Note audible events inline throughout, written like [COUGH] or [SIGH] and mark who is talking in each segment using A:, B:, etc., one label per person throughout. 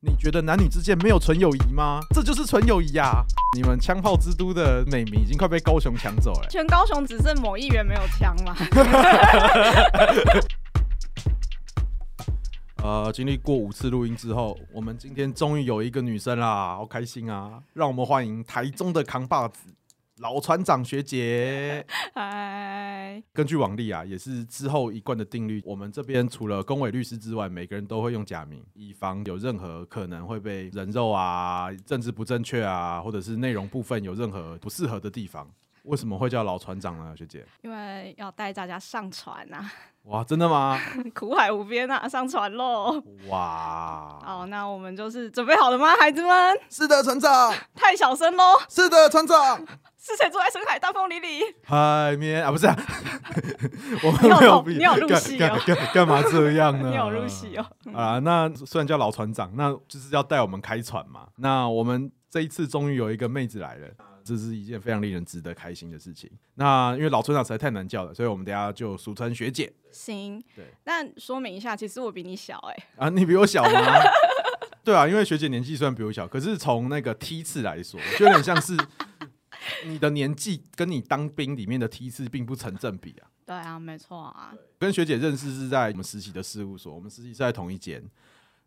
A: 你觉得男女之间没有纯友谊吗？这就是纯友谊啊！你们枪炮之都的美名已经快被高雄抢走了、
B: 全高雄只剩某议员没有枪嘛？
A: 呃，经历过五次录音之后，我们今天终于有一个女生啦，好开心啊！让我们欢迎台中的扛把子老船长学姐。
B: [LAUGHS] 哎，
A: 根据往例啊，也是之后一贯的定律，我们这边除了公委律师之外，每个人都会用假名，以防有任何可能会被人肉啊、政治不正确啊，或者是内容部分有任何不适合的地方。为什么会叫老船长呢，学姐？
B: 因为要带大家上船呐、
A: 哇，真的吗？
B: [LAUGHS] 苦海无边呐、上船喽！
A: 哇，
B: 好，那我们就是准备好了吗，孩子们？
A: 是的，船长，
B: 太小声喽！
A: 是的，船长。
B: 是谁坐在深海大风里里？
A: 海绵啊，不是、 [LAUGHS] 啊，我
B: 你
A: 们
B: 有
A: 没有
B: 入
A: 必
B: 你有入戏哦
A: 干干干干嘛这样呢？
B: [LAUGHS] 你有入戏哦。
A: 啊，那虽然叫老船长，那就是要带我们开船嘛。那我们这一次终于有一个妹子来了，这是一件非常令人值得开心的事情。那因为老船长实在太难叫了，所以我们等一下就俗称学姐
B: 行
A: 对，
B: 但说明一下，其实我比你小哎、
A: 啊。你比我小吗？ [LAUGHS] 对啊，因为学姐年纪虽然比我小，可是从那个梯次来说，就有点像是你的年纪跟你当兵里面的梯次并不成正比啊。
B: 对啊，没错啊。
A: 跟学姐认识是在我们实习的事务所，我们实习是在同一间。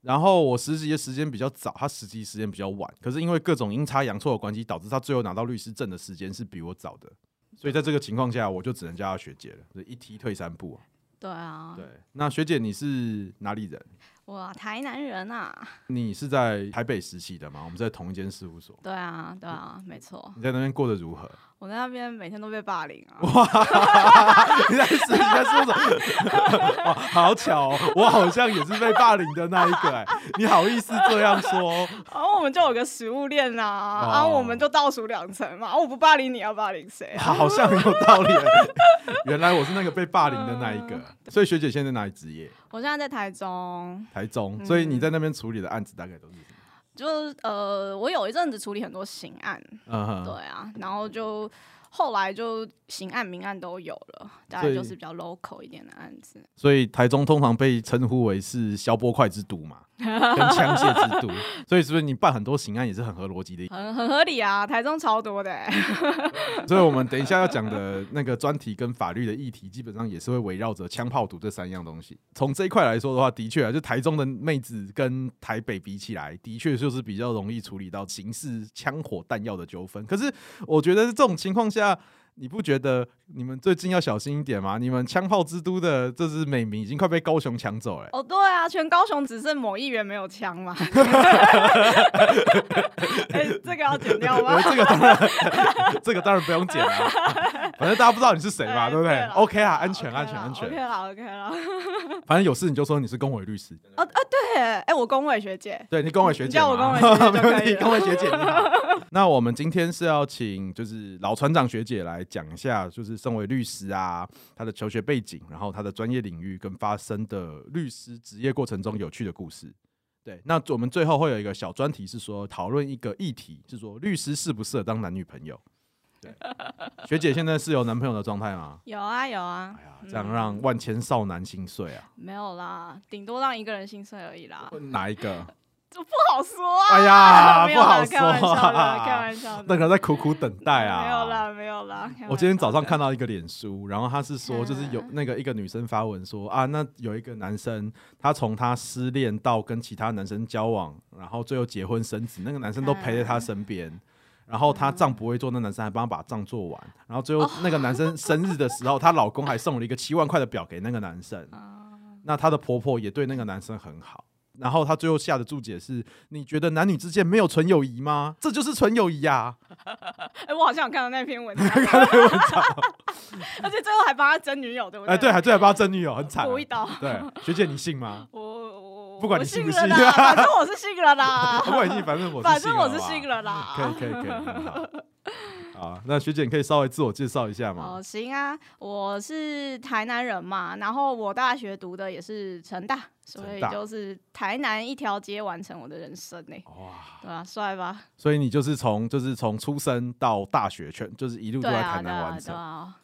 A: 然后我实习的时间比较早，她实习时间比较晚。可是因为各种阴差阳错的关系，导致她最后拿到律师证的时间是比我早的。所以在这个情况下，我就只能叫她学姐了，就是一踢退三步啊。
B: 对啊，
A: 对，那学姐你是哪里人？
B: 我台南人啊。
A: 你是在台北实习的吗？我们在同一间事务所，
B: 对啊，对啊，没错。
A: 你在那边过得如何？ [LAUGHS]
B: 我在那边每天都被霸凌啊。
A: 你在实习在事务所，哇，好巧、哦，我好像也是被霸凌的那一个哎、你好意思这样说？
B: 然后我们就有个食物链啦、啊，
A: 哦
B: 然后我们就倒数两层嘛。啊我不霸凌你，要霸凌谁
A: [LAUGHS]
B: 啊？
A: 好好像很有道理。原来我是那个被霸凌的那一个，所以学姐现在在哪里职业？
B: [LAUGHS] 我现在在台中，
A: 台中，所以你在那边处理的案子大概都是什么？
B: 就是呃，我有一阵子处理很多刑案，
A: 嗯哼，
B: 对啊，然后就后来就刑案、民案都有了，大
A: 所
B: 概
A: 以
B: 就是比较 local 一点的案子。
A: 所以台中通常被称呼为是消波块之都嘛，跟枪械之都，所以是不是你办很多刑案也是很合逻辑的？
B: 很很合理啊，台中超
A: [LAUGHS]
B: 多的、欸，
A: 所以我们等一下要讲的那个专题跟法律的议题，基本上也是会围绕着枪炮毒这三样东西。从这一块来说的话，的确啊，就台中的妹子跟台北比起来，的确就是比较容易处理到刑事枪火弹药的纠纷。可是我觉得这种情况下。你不觉得你们最近要小心一点吗？你们枪炮之都的这支美名已经快被高雄抢
B: [LAUGHS]
A: 走了、
B: 哦，对啊，全高雄只剩某议员没有
A: [LAUGHS]
B: 枪嘛。哎、这个要剪掉吗
A: 呃？这个当然，这个当然不用剪了、啊反正大家不知道你是谁嘛，
B: 哎
A: 对不对
B: 对了
A: ？OK 啊， [LAUGHS] 安全，安全，
B: OK 啦
A: 安全。
B: ，OK 啦，OK 啦。
A: 反正有事你就说你是公委律师，
B: 哦啊，对，哎、我工委学姐，
A: 对你跟我学姐
B: 你叫
A: 嘛，
B: 我跟我学姐就
A: 没问
B: 可以
A: 题，
B: 了
A: 跟我学姐 [LAUGHS] 你好。那我们今天是要请就是老船长学姐来讲一下，就是身为律师啊，她的求学背景，然后她的专业领域跟发生的律师职业过程中有趣的故事。对，那我们最后会有一个小专题，是说讨论一个议题，是说律师适不适合当男女朋友。对，学姐现在是有男朋友的状态吗？
B: 有啊有啊，
A: 哎呀，这样让万千少男心碎啊！
B: 没有啦，顶多让一个人心碎而已啦，
A: 哪一个？
B: 这不好说啊。
A: 哎呀，
B: [LAUGHS] 没
A: 不
B: 有啦
A: 好说
B: 开玩笑的，
A: 啊
B: 开玩 [LAUGHS] 笑
A: 那
B: 的。
A: 个在苦苦等待啊。
B: 没有。啦，没有啦。嗯开玩笑的
A: 我今天早上看到一个脸书，然后他是说，就是有那个一个女生发文说啊，那有一个男生，他从他失恋到跟其他男生交往，然后最后结婚生子，那个男生都陪在他身边。
B: 嗯
A: 然后他账不会做，那男生还帮他把账做完。然后最
B: [LAUGHS]
A: 后那个男生生日的时候，她老公还送了一个七万块的表给那个男
B: [LAUGHS]
A: 生。
B: 哦
A: 那她的婆婆也对那个男生很好。然后她最后下的注解是：你觉得男女之间没有纯友谊吗？这就是纯友谊啊！
B: [LAUGHS] 哎，我好像有看到那篇
A: [LAUGHS]
B: 文章，而且最后还帮他争女友，对不
A: 哎，对，
B: 对，
A: 还最还帮他争女友，很惨啊。
B: 补一刀。
A: 对，学姐你信
B: [LAUGHS]？
A: 吗
B: 我我我
A: 不管你
B: 我
A: 信
B: 信
A: 不
B: 了
A: 信
B: 啦，反正我是信了啦
A: 不，管你，反 [LAUGHS] 正我
B: 反正我是
A: 信
B: 信
A: 了
B: 了啊
A: 好不好。
B: 啦。
A: 可以可以可以，很好。好，那学姐你可以稍微自我介绍一下吗
B: 哦，？行啊，我是台南人嘛，然后我大学读的也是成大，所
A: 成
B: 以
A: 大
B: 就是台南一条街完成我的人生呢、
A: 哇，
B: 对啊，帅吧？
A: 所以你就是从就是从出生到大学全就是一路都
B: 对
A: 在
B: 啊，
A: 台
B: 对
A: 南
B: 啊，
A: 完
B: 对
A: 成，
B: 啊，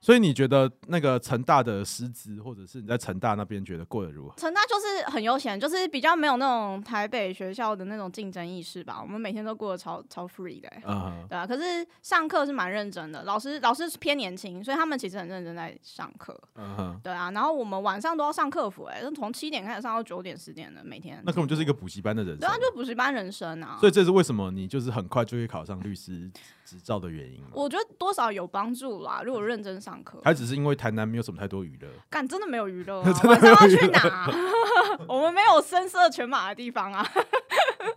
A: 所以你觉得那个成大的师资，或者是你在成大那边觉得过得如何？
B: 成大就是很悠闲，就是比较没有那种台北学校的那种竞争意识吧。我们每天都过得超超 free 的欸、
A: 嗯，
B: 对啊。可是上课是蛮认真的，老师老师偏年轻，所以他们其实很认真在上课。
A: 嗯哼，
B: 对啊，然后我们晚上都要上课服、欸，哎，就从七点开始上到九点十点的，每天。
A: 那根本就是一个补习班的人
B: 对
A: 生
B: 啊，。就补习班人生啊。
A: 所以这是为什么你就是很快就会考上律师执照的原因吗？
B: 我觉得多少有帮助啦，如果认真上课。
A: 还只是因为台南没有什么太多娱乐，
B: 干真的没有娱
A: [LAUGHS]
B: 乐、啊，晚上要去哪、啊 [LAUGHS] 我们没有声色犬马的地方啊，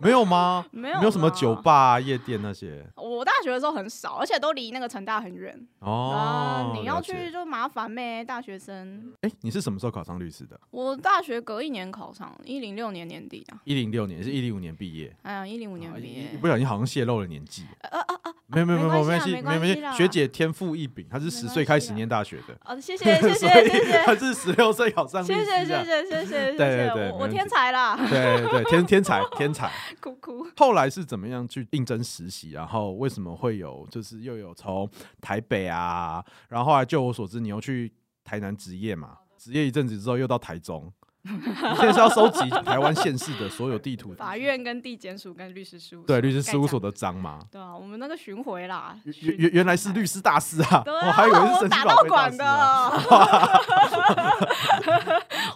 A: 没有吗？
B: 没有
A: 没有什么
B: 啦
A: 酒吧、啊、夜店那些
B: 我大学的时候很少，而且都离那个成大很远
A: 哦
B: 啊。。你要
A: 了解
B: 去就麻烦呗，大学生。
A: 哎、你是什么时候考上律师的？
B: 我大学隔一年考上，一零六年年底的，
A: 一零六年，是一零五年毕业。
B: 哎呀，一零五年
A: 啊
B: 毕
A: 一
B: 业
A: 不。小心好像泄露了年纪。
B: 呃呃呃，
A: 没有没有
B: 没
A: 有没
B: 关
A: 有
B: 系
A: 系，
B: 啦
A: 没有没
B: 没关系
A: 有。
B: 啦
A: 学姐天赋异禀，她是
B: 没
A: 十
B: 关
A: 岁开
B: 系
A: 始
B: 啦
A: 念大学的，
B: 哦，谢谢谢谢
A: 所
B: 谢
A: 以
B: 谢
A: [LAUGHS]
B: 谢
A: 她是十六岁考上律师
B: 谢
A: [LAUGHS]
B: 谢
A: 这样
B: 谢谢谢谢谢
A: 对对
B: 谢，
A: 对
B: 我我
A: 没问
B: 天
A: 题
B: 才啦，
A: 对对，天天才天才。
B: 哭哭。
A: 后来是怎么样去应征实习？然后为什么会有就是又有从台北啊，然后后来就我所知，你又去台南职业嘛，职业一阵子之后又到台中，你现在是要收集台湾县市的所有地图，
B: 法院跟地检署跟律师事务所
A: 对律师事务所
B: 盖章。
A: 的章吗？
B: 对啊，我们那个巡回啦，
A: 原原原来是律师大师啊，
B: [LAUGHS] 对啊
A: 我还以为是
B: 我
A: 神奇
B: 打
A: 宝
B: 道
A: 贝大
B: 馆
A: 师
B: 的 [LAUGHS]
A: 啊。，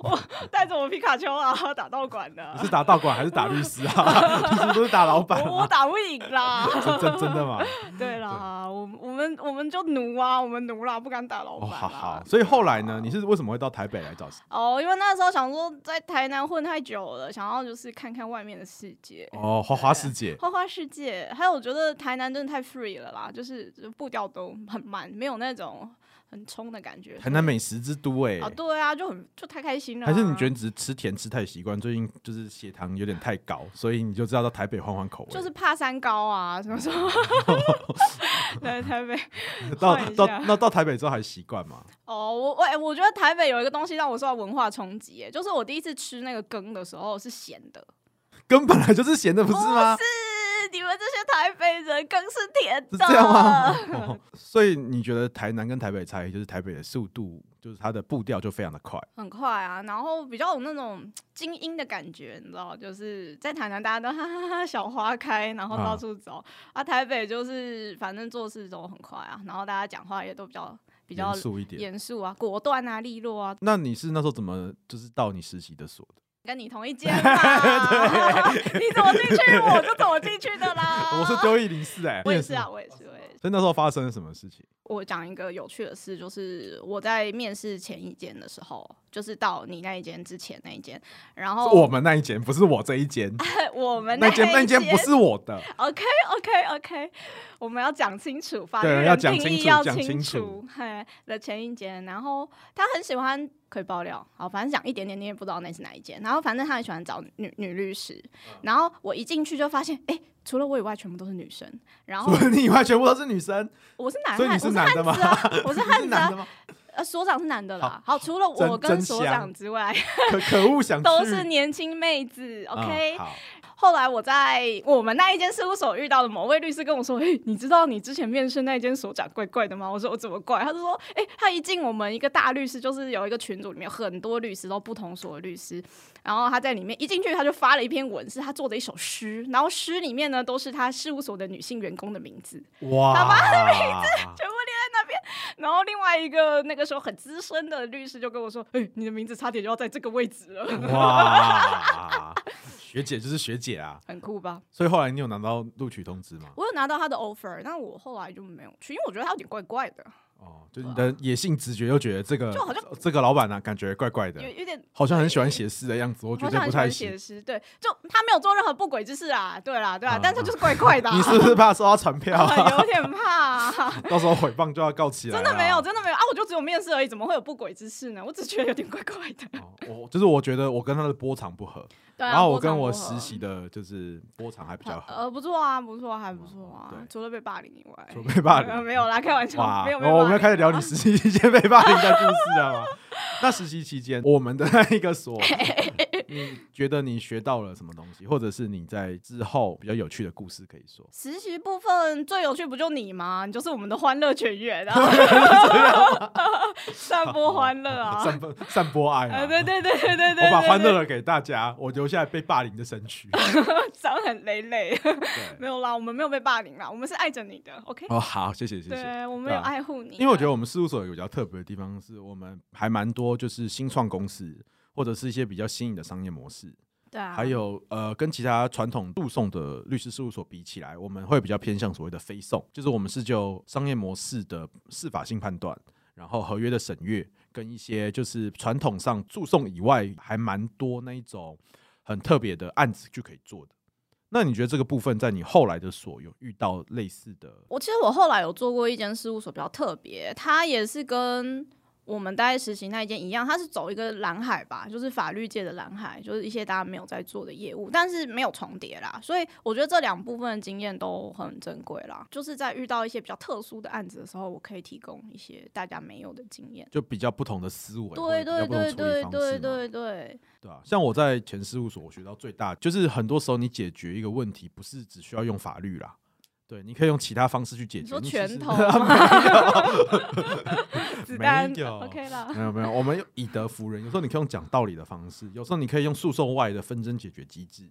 B: 我带着我皮卡丘啊，打道馆
A: 你 [LAUGHS]
B: 的，
A: 是打道馆还是打律师
B: [LAUGHS]
A: 啊？律师不是打老板
B: 我我
A: 啊？
B: 打不赢
A: [LAUGHS]
B: 啦。
A: 真真真的吗？
B: 对啦，我我们我们就奴啊，我们奴啦，不敢打老
A: 哦，
B: 板
A: 好
B: 啦
A: 好。。所以后来呢？你是为什么会到台北来找？
B: 哦，因为那时候想说在台南混太久了，想要就是看看外面的世界。
A: 哦，花花师姐，
B: 花花世界，还有我觉得台南真的太 free 了啦，就是就是步调都很慢，没有那种很冲的感觉。
A: 台南美食之都哎
B: 啊，，对啊，就很就太开心了啊、
A: 还是你觉得你只是吃甜吃太习惯，最近就是血糖有点太高，所以你就知道到台北换换口味，
B: 就是怕三高啊，什么
A: [LAUGHS]
B: 什么，对台北
A: 到
B: 换一
A: 到
B: 下
A: 那到台北之后还习惯吗？
B: 哦，我我、哎我觉得台北有一个东西让我受到文化冲击，哎，就是我第一次吃那个羹的时候是咸的，
A: 根本来就是咸的，不是
B: [LAUGHS]
A: 吗？
B: 是你们这些台北人羹哦是甜
A: 是
B: 的，
A: 这样吗？ [LAUGHS] 哦所以你觉得台南跟台北的差异就是台北的速度，就是它的步调就非常的快。
B: 很快啊，然后比较有那种精英的感觉，你知道，就是在台南大家都哈哈哈小花开，然后
A: 啊
B: 到处走啊台北就是反正做事都很快啊，然后大家讲话也都比较比较
A: 严肃一点。
B: 严肃啊、果断啊、利落啊，
A: 那你是那时候怎么就是到你实习的所的？
B: 跟你同
A: [LAUGHS]
B: 一间嘛，你怎么进去我就怎么进去的啦。
A: [LAUGHS] 我是丢一零四哎，
B: 啊 [LAUGHS] 我也是啊，。我也是，我也是。
A: 所以那时候发生了什么事情？
B: 我讲一个有趣的事，就是我在面试前一间的时候，就是到你那一间之前那一间，然后
A: 是我们那一间不是我这一间，
B: 我们
A: 那
B: 哦啊一间
A: 间那间不是我的。
B: OK OK OK，我们要讲清楚，法律
A: 对要
B: 人
A: 讲
B: 定义
A: 清楚
B: 要
A: 讲
B: 清
A: 清
B: 楚
A: 楚，
B: 嘿的前一间，然后他很喜欢，可以爆料，好，反正讲一点点，你也不知道那是哪一间，然后反正他很喜欢找女女律师，
A: 嗯
B: 然后我一进去就发现，哎、除了我以外，全部都是女生，然后
A: 除了你以外，全部都是女生。
B: 我是男
A: 所以
B: 汉，
A: 你
B: 我
A: 是
B: 是
A: 男的吗
B: 汉子
A: [LAUGHS]
B: 啊，我是
A: 你
B: 汉
A: 是
B: 子
A: 男的
B: 啊，
A: 吗？
B: 呃，所长是男的啦，好，除了我
A: 真
B: 跟
A: 真
B: 所
A: 香
B: 长之
A: [LAUGHS]
B: 外， [LAUGHS]
A: 可可恶，想去
B: 都是年轻妹子，OK，
A: 嗯好，
B: 后来我在我们那一间事务所遇到的某位律师跟我说：“哎、你知道你之前面试那一间所长怪怪的吗？”我说：“我哦怎么怪？”他就说：“哎、他一进我们一个大律师，就是有一个群组，里面有很多律师，都不同所的律师。然后他在里面一进去，他就发了一篇文，是他做的一首诗，然后诗里面呢都是他事务所的女性员工的名字。
A: 哇，
B: 好吧
A: 名
B: 全部列在那边。然后另外一个那个时候很资深的律师就跟我说：“哎、你的名字差点就要在这个位置了， [LAUGHS]
A: 哇，学姐就是学姐啊。
B: 很酷吧？”
A: 所以后来你有拿到录取通知吗？
B: 我有拿到他的 offer，但我后来就没有去，因为我觉得他有点怪怪的，
A: 哦，就是你的野性直觉又觉得这个
B: 就好像
A: 这个老板呢、啊，感觉怪怪的
B: 有，有点
A: 好像很喜欢写诗的样子，我觉
B: 好
A: 得
B: 像很
A: 不
B: 喜
A: 太
B: 欢
A: 行
B: 写。诗，对，就他没有做任何不轨之事啊，对啦，对啦，
A: 啊
B: 但他就是怪怪的、啊，
A: 你是不是怕收到传票、
B: [LAUGHS]
A: 啊？
B: 有点怕、啊。
A: 到时候诽谤就要告起来、啊。
B: 真的没有，真的没有啊！我就只有面试而已，怎么会有不轨之事呢？我只觉得有点怪怪的。
A: 哦我就是我觉得我跟他的波长不合，
B: 对啊，
A: 然后我
B: 波长
A: 跟我
B: 不合
A: 实习的就是波长还比较合。
B: 呃不错啊，不错，还不错啊
A: 对，
B: 除了被霸凌以外，
A: 除了被霸凌
B: 呃没有啦，开玩 [LAUGHS] 笑，
A: 哇，哦
B: 没有没有。
A: 我们要开始聊你实习
B: [LAUGHS]
A: 期间被霸凌的故事了吗？那实习期间，我们的那一个所，你觉得你学到了什么东西，或者是你在之后比较有趣的故事可以说？
B: 实习部分最有趣不就你吗？你就是我们的欢乐全员啊，散播欢乐啊！
A: 散播散播爱
B: [LAUGHS]
A: 嘛
B: 啊，对对对对对对对，
A: 我把欢
B: 对
A: 乐了给大家，我留下来被霸凌的身
B: [LAUGHS]
A: 躯。
B: 伤痕累累。
A: 对，
B: 没有啦，我们没有被霸凌啦，我们是爱着你的，OK？
A: 哦，好，谢谢谢谢。
B: 对，我们有
A: 对啊
B: 爱护你啊。
A: 因为我觉得我们事务所有一个比较特别的地方，是我们还蛮多就是新创公司，或者是一些比较新颖的商业模式，
B: 对啊，
A: 还有呃，跟其他传统诉讼的律师事务所比起来，我们会比较偏向所谓的非讼，就是我们是就商业模式的司法性判断，然后合约的审阅，跟一些就是传统上诉讼以外还蛮多那一种很特别的案子就可以做的。那你觉得这个部分在你后来的所有遇到类似的？
B: 我其实我后来有做过一间事务所比较特别，它也是跟我们待实习那一间一样，它是走一个蓝海吧，就是法律界的蓝海，就是一些大家没有在做的业务，但是没有重叠啦。所以我觉得这两部分的经验都很珍贵啦。就是在遇到一些比较特殊的案子的时候，我可以提供一些大家没有的经验。
A: 就比较不同的思维，或者比
B: 对
A: 较
B: 对
A: 不同的
B: 对
A: 处理方
B: 对
A: 式
B: 对
A: 嘛
B: 对对，
A: 对啊，像我在前事务所，我学到最大就是很多时候你解决一个问题，不是只需要用法律啦，对，你可以用其他方式去解
B: 你
A: 决。
B: 说
A: 你其实
B: 拳
A: [LAUGHS]
B: 头子弹
A: 没有
B: OK [LAUGHS] 啦。
A: 没有没有，我们用以德服人，有时候你可以用讲道理的方式，有时候你可以用诉讼外的纷争解决机制。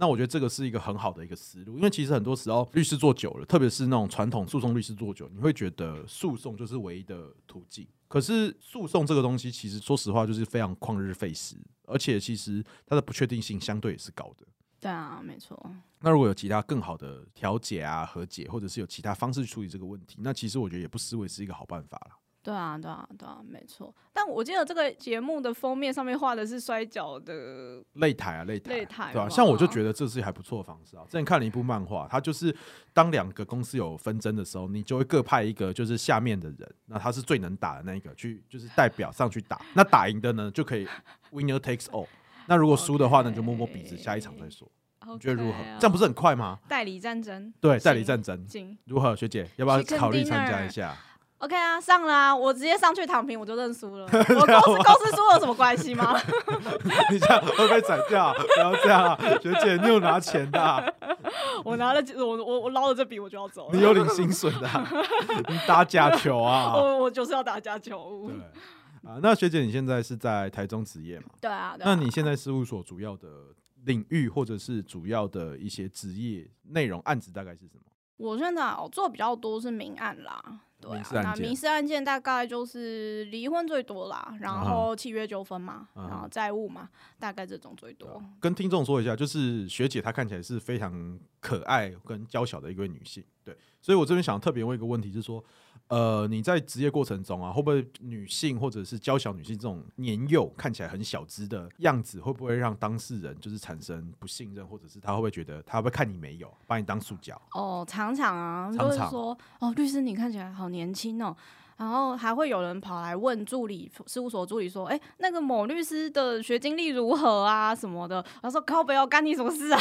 A: 那我觉得这个是一个很好的一个思路，因为其实很多时候律师做久了，特别是那种传统诉讼律师做久，你会觉得诉讼就是唯一的途径。可是诉讼这个东西，其实说实话就是非常旷日费时，而且其实它的不确定性相对也是高的。
B: 对啊，没错。
A: 那如果有其他更好的调解啊、和解，或者是有其他方式去处理这个问题，那其实我觉得也不失为是一个好办法啦。
B: 对啊，对啊，对啊，没错。但我记得这个节目的封面上面画的是摔跤的，
A: 擂台啊，擂台，
B: 擂台
A: 对吧、
B: 嘛嗯
A: 像我就觉得这是还不错的方式啊。之前看了一部漫画，它就是当两个公司有纷争的时候，你就会各派一个就是下面的人，那他是最能打的那一个，去就是代表上去打。那打赢的呢，就可以 winner takes all。那如果输的话呢，
B: OK
A: 就摸摸鼻子，下一场再说。
B: 你
A: 你觉得如何？这样不是很快吗？
B: 啊代理战争？
A: 对，
B: 行
A: 代理战争
B: 行
A: 如何？学姐要不要
B: Chicken
A: 考虑参加
B: dinner
A: 一下？
B: ，OK 啊，上啦、我直接上去躺平，我就认
A: [LAUGHS]
B: 输了。我公司公司输了有什么关系吗？ [LAUGHS]
A: 你这样会被宰掉，不要这样啊，学姐，你有拿钱的啊、
B: 我拿了这我我我捞了这笔，我就要走
A: 你
B: 了。
A: 有领薪水的啊、你打假球啊！
B: [LAUGHS] 我我就是要打假球屋
A: 对。啊，那学姐，你现在是在台中职业嘛？
B: 对啊，对啊
A: 那你现在事务所主要的领域或者是主要的一些职业内容案子大概是什么？
B: 我现在哦做比较多是民案啦，对
A: 民
B: 啊，
A: 事案
B: 那
A: 件
B: 民事案件大概就是离婚最多啦，
A: 啊
B: 然后契约纠纷嘛，
A: 嗯哼
B: 然后债务嘛，大概这种最多。
A: 跟听众说一下，就是学姐她看起来是非常可爱跟娇小的一位女性，对，所以我这边想特别问一个问题，是说，呃，你在职业过程中啊，会不会女性或者是娇小女性这种年幼看起来很小资的样子，会不会让当事人就是产生不信任，或者是他会不会觉得他会不会看你没有，把你当塑胶？
B: 哦，常常啊，
A: 常
B: 都是
A: 常
B: 说哦，律师你看起来好年轻哦。然后还会有人跑来问助理事务所助理说：“哎，那个某律师的学经历如何啊？什么的？”然后说：“靠北要干你什么事啊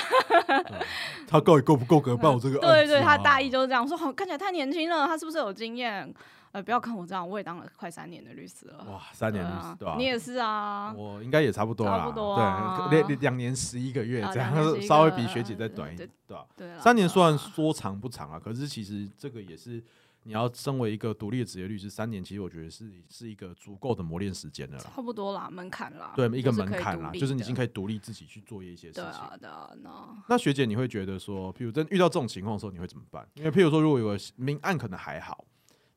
A: 他到底够不够格办我这个、？”啊
B: 对嗯对，他大意。就是这样说：“哦，看起来太年轻了，他是不是有经验？”呃，不要看我这样，我也当了快三年的律师了。
A: 哇，三年
B: 对
A: 律
B: 啊
A: 师对吧、嗯
B: 你也是啊，
A: 我应该也差不多啦，
B: 差不多啊
A: 对，两两年十一个月
B: 啊
A: 这样，
B: 两年
A: [LAUGHS]
B: 11
A: 稍微比学姐再短一点，对吧、
B: 嗯对啦
A: 三年虽然
B: 对啦
A: 说长不长啊，可是其实这个也是你要身为一个独立的职业律师，三年其实我觉得是是一个足够的磨练时间了啦，
B: 差不多啦，门槛啦，
A: 对，一个门
B: 啊可以
A: 槛
B: 独
A: 啦，
B: 立
A: 就是你已
B: 的
A: 经可以独立自己去做一些事
B: 对
A: 情。
B: 啊对啊，那
A: 那学姐，你会觉得说，譬如真遇到这种情况的时候，你会怎么办？因为譬如说，如果有个明案可能还好，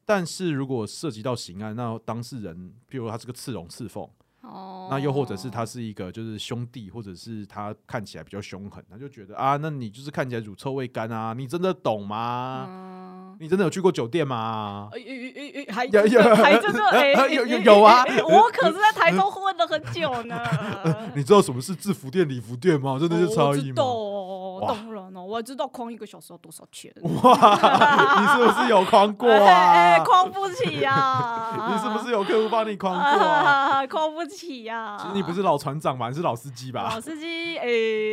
A: 但是如果涉及到刑案，那当事人，譬如他是个刺龙刺凤，
B: 哦，
A: 那又或者是他是一个就是兄弟，或者是他看起来比较凶狠，他就觉得啊，那你就是看起来乳臭未干啊，你真的懂吗？
B: 嗯，
A: 你真的有去过酒店吗？ [LAUGHS]
B: 哎哎哎哎，还
A: 有
B: 真
A: 有
B: 的
A: [LAUGHS]
B: 还真的哎哎
A: 有有
B: 哎
A: 有啊
B: 哎哎我可是在台中混了很久呢，
A: [LAUGHS] 你知道什么是制服店、礼服店吗？真的是
B: 我
A: 超
B: 知
A: 意
B: 道
A: 吗？
B: 哦，
A: 哇
B: 当然哦，我知道框一个小时要多少钱，
A: [LAUGHS] 哇，你是不是有框过
B: 啊哎
A: 啊
B: 哎，？框不起呀，
A: [LAUGHS] 你是不是有客户帮你框过啊？
B: 啊？ [LAUGHS] 框不起呀，
A: 其实你不是老船长嘛，你是老司机吧
B: 老？司机，哎，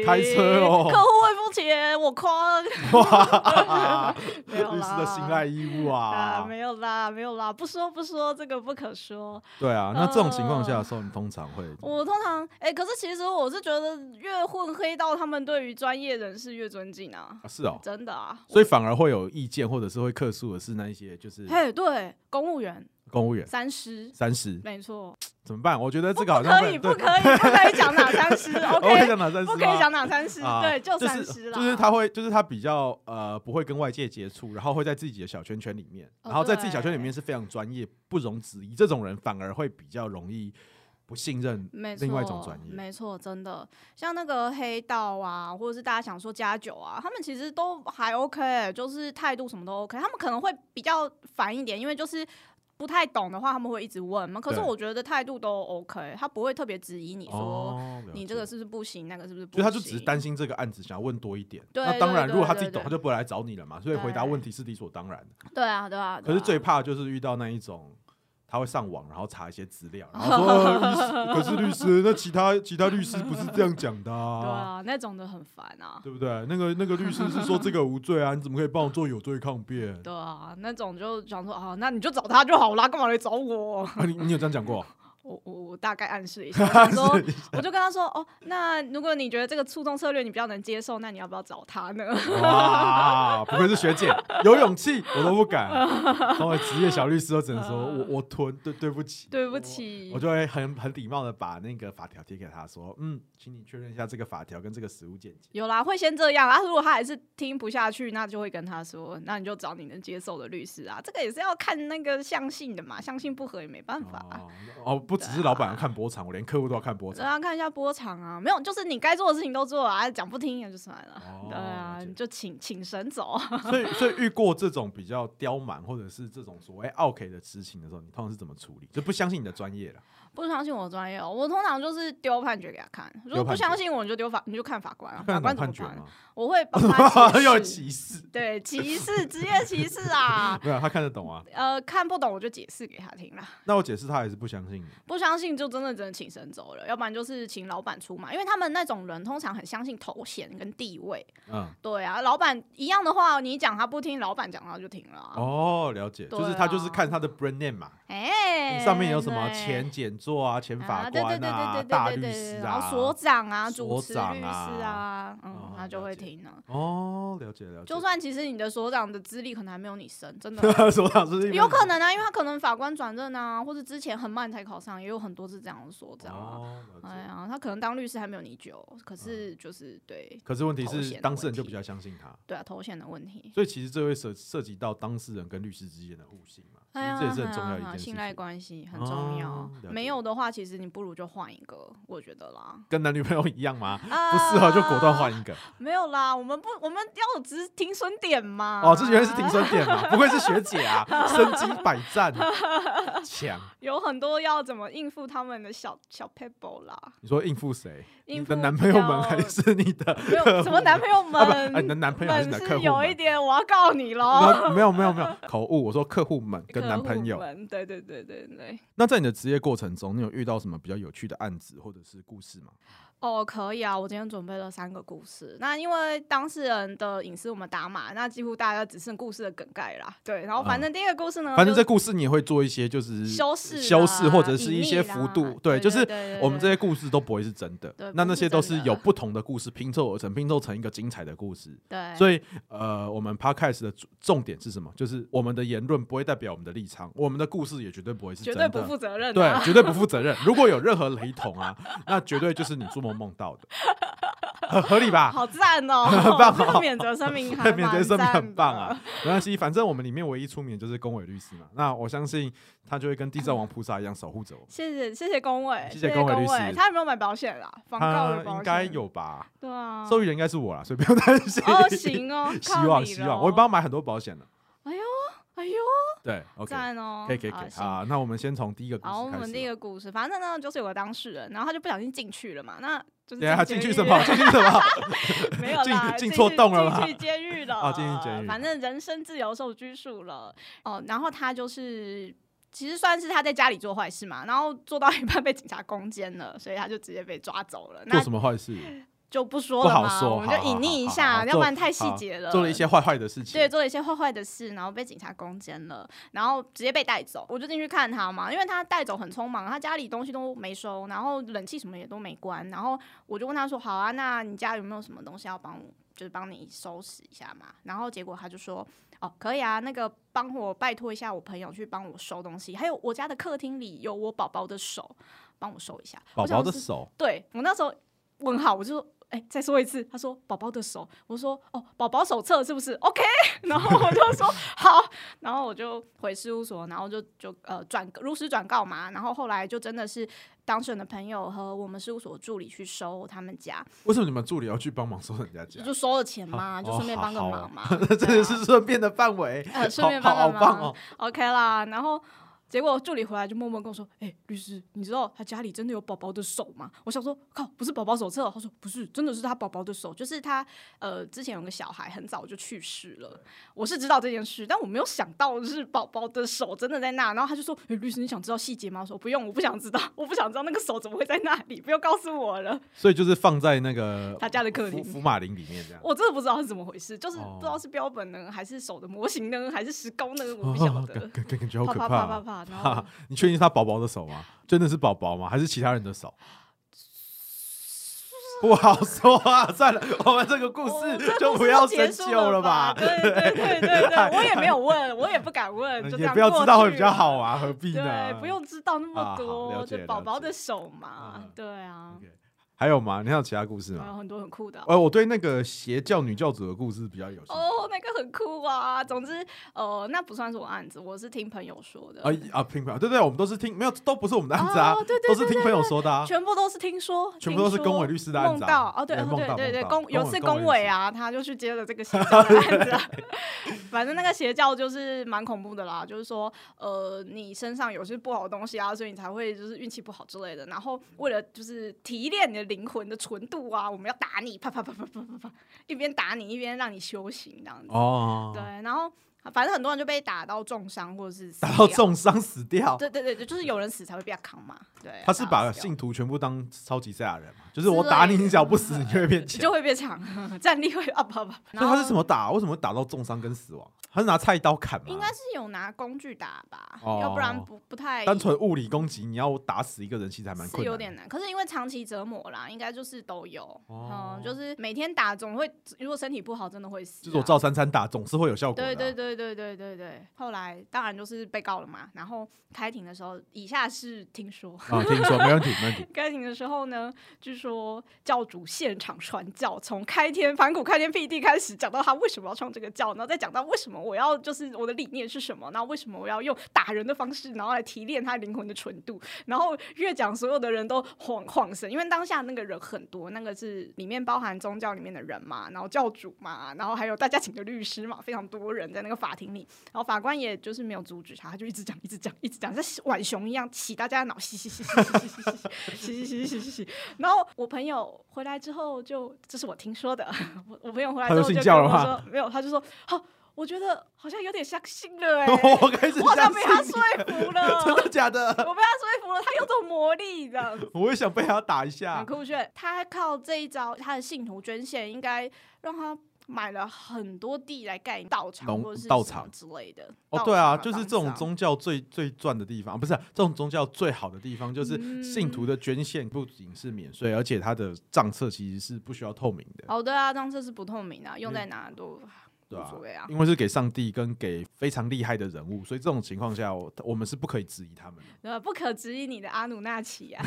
A: 开车哦
B: 客户会付钱，我我框，
A: 哇，
B: 没
A: [LAUGHS]
B: 有
A: 律师的
B: 啦
A: 信赖义务
B: 啊，
A: 啊，
B: 没有啦，没有啦，不说不说，这个不可说。
A: 对啊。那这种情况下的时候，你通常会
B: 我通常哎、可是其实我是觉得越混黑道，他们对于专业人士越尊敬啊，
A: 啊是哦，
B: 真的啊。
A: 所以反而会有意见，或者是会客诉的是那一些就是
B: 嘿，对，公务员
A: 公务员
B: 三师，
A: 三十
B: 没错，
A: 怎么办？我觉得这个
B: 不
A: 好像
B: 可
A: 会
B: 以，
A: 对
B: 不可以，不可以讲哪三师
A: [LAUGHS] 我会
B: ，OK，
A: 讲哪三十
B: 不
A: 吗？
B: 可以讲哪三师，
A: 啊
B: 对，就三
A: 是
B: 师啦。
A: 就是他会，就是他比较呃不会跟外界接触，然后会在自己的小圈圈里面，
B: 哦
A: 然后在自己小圈里面是非常专业，不容置疑。这种人反而会比较容易不信任。
B: 没错，
A: 另外一种专业
B: 没错，真的，像那个黑道啊，或者是大家想说加酒啊，他们其实都还 OK，就是欸态度什么都 OK。他们可能会比较烦一点，因为就是不太懂的话，他们会一直问嘛。可是
A: 对
B: 我觉得态度都 OK，他不会特别质疑你说、
A: 哦，了
B: 你
A: 解
B: 这个，是不是不行，那个是不是不
A: 所
B: 行。
A: 以他就只是担心这个案子，想要问多一点。
B: 对
A: 那当然，
B: 对对
A: 如果他自己
B: 对
A: 懂，
B: 对
A: 他就不会来找你了嘛。所以回答
B: 对
A: 问题是理所当然的。
B: 对啊，对啊。对
A: 可是
B: 啊
A: 最怕就是遇到那一种。他会上网，然后查一些资料，然后说
B: [LAUGHS]
A: 呃：“律师，可是律师，那其他其他律师不是这样讲的啊。”
B: [LAUGHS] 对啊，那种的很烦啊。
A: 对不对？那个那个律师是说这个无罪啊，你怎么可以帮我做有罪抗
B: [LAUGHS]
A: 辩？
B: 对啊，那种就想说啊，那你就找他就好啦，干嘛来找我？ [LAUGHS]
A: 啊、你你有这样讲过？
B: 我我我大概暗示一下，我
A: [LAUGHS]
B: 说我就跟他说哦，那如果你觉得这个触动策略你比较能接受，那你要不要找他呢？ [LAUGHS]
A: 哇，不愧是学姐，有勇气，我都不敢。当我职业小律师，我只能说我我吞，对对不起，
B: 对不起
A: 我，我就会很很礼貌的把那个法条贴给他说，嗯，请你确认一下这个法条跟这个实物见解。
B: 有啦，会先这样啊。如果他还是听不下去，那就会跟他说，那你就找你能接受的律师啊。这个也是要看那个相信的嘛，相信不合也没办法、啊。
A: 哦哦，不只是老板要看波长，我连客户都要看波
B: 对
A: 长。
B: 啊，看一下波长啊，没有，就是你该做的事情都做了啊，讲不听也就算了。
A: 哦
B: 对啊，
A: 了解
B: [LAUGHS] 你就请请神走。啊
A: 所以所以遇过这种比较刁蛮或者是这种所谓 OK 的执行的时候，你通常是怎么处理？就不相信你的专业了。
B: 不相信我的专业哦，我通常就是丢判决给他看。如果
A: 丢判
B: 不
A: 决
B: 相信我，你就丢法，你就看法官啊，
A: 看
B: 法
A: 得
B: 官
A: 懂
B: 怎
A: 判
B: 么
A: 决
B: 判
A: 吗？？
B: 我会帮哦他
A: [LAUGHS]
B: 解
A: 有
B: 释
A: 歧视，
B: 对，歧视，职业歧视啊。
A: 没有他看得
B: [LAUGHS]
A: 懂啊。
B: 呃，看不懂我就解释给他听啦，
A: 那我解释他也是不相信你，
B: 不相信就真的只能请神走了，要不然就是请老板出马，因为他们那种人通常很相信头衔跟地位。
A: 嗯，
B: 对啊，老板一样的话，你讲他不听，老板讲他就听了啊。
A: 哦，了解，
B: 对
A: 就是他就是
B: 啊
A: 看他的 brand name 嘛，
B: 哎、
A: 你上面有什么
B: 对
A: 前检座啊、前法
B: 啊对对
A: 官
B: 对对对对
A: 大
B: 对
A: 律
B: 对
A: 师
B: 然
A: 啊
B: 后，所长啊、主
A: 所
B: 持律师
A: 长
B: 啊，
A: 哦
B: 嗯，他就
A: 了
B: 会
A: 解
B: 听啊。
A: 哦，了解了解
B: 就。算其实你的所长的资历可能还没有你深，
A: [LAUGHS]
B: 真的
A: 所长是
B: 有可能啊，因为他可能法官转任啊，或者之前很慢才考上，也有很多是这样的所
A: 这
B: 长啊。
A: 哦，了
B: 哎
A: 解。嗯
B: 呀，他可能当律师还没有你久，可是就是、对
A: 可是问题
B: 头
A: 是
B: 衔，的
A: 当事人
B: 问
A: 就
B: 题
A: 比较相信他，
B: 对啊，头衔的问题。
A: 所以其实这会涉涉及到当事人跟律师之间的互信嘛，其
B: 哎
A: 实这
B: 呀，
A: 也是很
B: 哎呀
A: 重要的一
B: 哎呀
A: 件事
B: 信赖
A: 情。
B: 关系很重要、
A: 哦了解
B: 没有的话，其实你不如就换一个，我觉得啦。
A: 跟男女朋友一样
B: [LAUGHS]
A: 吗？[LAUGHS]
B: 啊
A: 不适合就果断换。一个。
B: 没有啦，我们不，我们要有只停损点嘛。
A: 哦，这原来是停损点嘛，不愧是学姐
B: [LAUGHS]
A: 啊，身经百战，强。
B: 有很多要怎么应付他们的小小 pebble 啦，
A: 你说应付谁？
B: 应
A: 你
B: 付
A: 的男朋友们
B: 要
A: 还是你的
B: 没有什么男朋友
A: [LAUGHS]
B: 们，
A: 啊不啊你的男朋友还是你的
B: 们
A: 客户
B: 有一
A: 们？
B: 点，我要告你
A: [LAUGHS]
B: [LAUGHS] 喽。
A: 没有没有没有没有口误，我说客户们跟男朋
B: 客户
A: 友。
B: 们，对对对对对。
A: 那在你的职业过程中，你有遇到什么比较有趣的案子或者是故事吗？
B: 哦，可以啊！我今天准备了三个故事。那因为当事人的隐私我们打码，那几乎大家只剩故事的梗概啦。对，然后反正第一个故事呢，
A: 哦反正
B: 嗯就
A: 这故事你也会做一些就是
B: 修饰、啊
A: 修饰或者是一些
B: 隐秘啦
A: 幅度，
B: 对，
A: 就是
B: 对对对
A: 我们这些故事都不会是真的
B: 对，
A: 那
B: 不
A: 那
B: 是
A: 些都
B: 真
A: 是
B: 的
A: 有不同的故事拼凑而成，拼凑成一个精彩的故事。
B: 对，以
A: 所以，呃，我们 podcast 的主重点是什么？就是我们的言论不会代表我们的立场，我们的故事也绝对不会是
B: 绝
A: 真
B: 对
A: 的，
B: 不负责任、啊。
A: 对，绝对不负责任。如果有任何雷同啊，那绝对就是你做梦梦
B: [LAUGHS]
A: 到的，合合理吧？
B: 好赞哦，
A: 很 [LAUGHS] 棒哦
B: 这 [LAUGHS] 个免责声
A: [LAUGHS]
B: 明还
A: 免责声明
B: 蛮赞
A: 很棒
B: 的
A: 啊。，没关系，反正我们里面唯一出名的就是公伟律师嘛。那我相信他就会跟地藏王菩萨一样守护着我们。
B: 谢谢谢谢龚伟，
A: 谢谢
B: 谢
A: 龚
B: 龚
A: 伟律师
B: 他有没有买保险啦？防告
A: 他
B: 的保险
A: 应该，有吧？
B: 对啊。
A: 受益人应该是我啦，所以不用担心。 [LAUGHS]
B: 哦，行哦，
A: 希
B: 靠
A: 望
B: 你
A: 希
B: 咯
A: 望，我会帮他买很多保
B: [LAUGHS]
A: 险的。
B: 哎呦，
A: 对，OK，
B: 赞哦，
A: 可以可以
B: 好
A: 可以
B: 行
A: 啊。那我们先从第一个故事
B: 好，我
A: 开
B: 们
A: 始
B: 第一
A: 吧。
B: 个故事，反正呢就是有个当事人，然后他就不小心进去了嘛，那就是
A: 啊等一下他进去
B: 监
A: 什
B: 狱 [LAUGHS]
A: 么？进去什么？
B: 没有啦，
A: 进
B: 进
A: 进错洞了
B: 进
A: 吧
B: 去监
A: [LAUGHS]
B: 狱了
A: 啊进去监狱
B: 反正人身自由受拘束了。哦，然后他就是。其实算是他在家里做坏事嘛，然后做到一半被警察攻坚了，所以他就直接被抓走了。那
A: 做什么坏事？
B: 就不说
A: 不
B: 了
A: 好
B: 嘛，
A: 说，
B: 我们就
A: 好
B: 隐匿一
A: 好好
B: 下，
A: 好
B: 要
A: 做
B: 不然太细
A: 好
B: 节了。
A: 做了一些坏坏的事情。
B: 对，做了一些坏坏的事，然后被警察攻坚了，然后直接被带走。我就进去看他嘛，因为他带走很匆忙，他家里东西都没收，然后冷气什么也都没关，然后我就问他说：“好啊，那你家有没有什么东西要帮我，就是帮你收拾一下嘛？”然后结果他就说：“哦，可以啊，那个帮我拜托一下我朋友去帮我收东西，还有我家的客厅里有我宝宝的手，帮我收一下。”
A: 宝
B: 我想
A: 宝的
B: 是
A: 手，
B: 对我那时候问号，我就说。哎、再说一次。他说宝宝的手，我说哦，宝宝手册是不是？OK，然 [LAUGHS] 后我就说好，然后我就回事务所，然后就就呃转如实转告嘛。然后后来就真的是当事人的朋友和我们事务所助理去收他们家，
A: 为什么你们助理要去帮忙收人家家？
B: 就收了钱嘛，
A: 哦
B: 就顺便帮个
A: 好
B: 忙嘛。 [LAUGHS]
A: 这 [LAUGHS] 真
B: 对
A: 的
B: 啊
A: 是顺便的范围，
B: 呃 [LAUGHS] 顺
A: 好
B: 便
A: [LAUGHS] 好
B: 帮
A: 好
B: 个
A: 棒
B: 忙
A: 哦！
B: OK 啦，然后结果助理回来就默默跟我说：“哎、律师，你知道他家里真的有宝宝的手吗？”我想说，靠，不是宝宝手册哦。他说不是，真的是他宝宝的手，就是他呃之前有个小孩很早就去世了，我是知道这件事，但我没有想到是宝宝的手真的在那。然后他就说：“哎、律师，你想知道细节吗？”我说：“不用，我不想知道，我不想知道那个手怎么会在那里，不要告诉我了。
A: 所以就是放在那个
B: 他家的客厅
A: 福福马林里面这样”。
B: 我真的不知道是怎么回事，就是
A: 哦
B: 不知道是标本呢，还是手的模型呢，还是石膏呢，我不晓
A: 哦，
B: 得
A: [LAUGHS] 感。感感感觉好
B: 啪
A: 可
B: 啪
A: 怕
B: 啪
A: 啊！
B: 啪啪，然
A: 哈
B: 后
A: 哈 [LAUGHS] 你确定是他宝宝的手吗？真的是宝宝吗？还是其他人的
B: [LAUGHS]
A: 手？不好说啊，算了，我们这个故
B: 哦
A: 事
B: 这
A: 就
B: 故
A: 不
B: 事
A: 要深
B: 结束
A: 究
B: 了
A: 吧，
B: 对对对对对，我也没有问，我也不敢问，就这
A: 嗯也
B: 样
A: 不要
B: 过
A: 知道会
B: 去
A: 比较
B: 了
A: 好。啊，何必呢？
B: 对，不。用知道那
A: 啊
B: 么
A: 好
B: 多，
A: 了
B: 就
A: 解
B: 宝
A: 了
B: 宝
A: 解
B: 的手嘛
A: 嗯，
B: 对啊，
A: 还有吗？你还有其他故事
B: 还有
A: 吗？
B: 很多很酷的啊。
A: 呃，我对那个邪教女教主的故事比较有兴趣。
B: 哦，那个很酷啊！总之，呃，那不算是我案子，我是听朋友说的
A: 啊，啊，听朋友，对对，我们都是听，没有都不是我们的案子啊
B: 哦，对对
A: 都是听朋友说的啊，
B: 全部都是听说，
A: 全部
B: 听
A: 都是
B: 说
A: 公委律师的案
B: 梦
A: 子啊
B: 到哦，对
A: 对
B: 哦
A: 梦
B: 对
A: 到
B: 对
A: 梦
B: 对，
A: 到
B: 公有
A: 公
B: 次
A: 委公委
B: 公委
A: 律师
B: 啊，他就去接了这个邪教的案子
A: [LAUGHS]
B: 啊。反正那个邪教就是蛮恐怖的啦，就是说，呃，你身上有些不好的东西啊，所以你才会就是运气不好之类的。然后为了就是提炼你的灵魂的纯度啊，我们要打你，啪啪啪啪啪啪啪，一边打你一边让你修行这样子。
A: 哦，
B: 对，然后反正很多人就被打到重伤或者是死
A: 打到
B: 掉，
A: 重伤死掉，
B: 对对对对，就是有人死才会被他扛嘛。对，
A: 他是
B: 打到
A: 把
B: 死掉
A: 信徒全部当超级赛亚人嘛，就是我
B: 之
A: 打
B: 类
A: 你，你
B: 的
A: 只要不死，你就会变
B: 你
A: 强。
B: 就会变强， [LAUGHS] 战力会 up up。
A: 那他是什？么打？为什么会打到重伤跟死亡？他是拿菜刀砍吗？
B: 应该是有拿工具打吧，
A: 哦
B: 要不然不不太
A: 单纯物理攻击，你要打死一个人其实还蛮
B: 是
A: 困
B: 有
A: 难
B: 点
A: 的。
B: 难。可是因为长期折磨啦，应该就是都有，
A: 哦
B: 嗯，就是每天打总会，如果身体不好真的会死啊、
A: 就是我照三餐打，总是会有效果的啊。
B: 对对对对对对对，后来当然就是被告了嘛。然后开庭的时候，以下是听说，
A: 啊，听说没问题，没问
B: [LAUGHS]
A: 题。
B: 开庭的时候呢，据说教主现场传教，从开天盘古开天辟地开始讲到他为什么要创这个教，然后再讲到为什么我要就是我的理念是什么，然后为什么我要用打人的方式，然后来提炼他灵魂的纯度，然后越讲所有的人都恍恍神，因为当下那个人很多，那个是里面包含宗教里面的人嘛，然后教主嘛，然后还有大家请的律师嘛，非常多人在那个法庭里，然后法官也就是没有阻止他，他就一直讲，一直讲，一直讲，像浣熊一样洗大家的脑，洗洗洗洗洗洗洗洗。洗洗洗洗洗洗。然后我朋友回来之后就，这是我听说的。 [LAUGHS] 我我朋友回来之后
A: 他
B: 就
A: 又信
B: 跟
A: 教
B: 我
A: 了吗
B: 说，没有，他就说，好、我觉得好像有点相
A: [LAUGHS]
B: 信了、欸，
A: 我开始
B: 我好像
A: 相
B: 被他
A: 信
B: 说
A: 你，
B: 服
A: [LAUGHS] 真
B: 了。
A: 的假的？
B: 我被他说服了，他有种魔力
A: [LAUGHS]
B: 这样子，
A: 我也想被他打一
B: 很
A: 下。
B: 酷炫。他靠这一招，他的信徒捐献应该让他买了很多地来盖道场
A: 农
B: 或者是
A: 道
B: 什么
A: 场
B: 之类的。
A: 哦，
B: 道
A: 对啊，
B: 场
A: 就是这
B: 房子
A: 种
B: 啊
A: 宗教最最赚的地方，啊不是啊、这种宗教最好的地方，就是信徒的
B: 嗯
A: 捐献不仅是免税，而且它的账册其实是不需要透明的，
B: 哦，对啊，当时是不透明的啊，用在哪都
A: 嗯对
B: 无
A: 吧、
B: 所谓啊。
A: 因为是给上帝跟给非常厉害的人物，所以这种情况下，我我们是不可以质疑他们的。
B: 呃，不可质疑你的阿努纳
A: [LAUGHS]
B: 奇啊。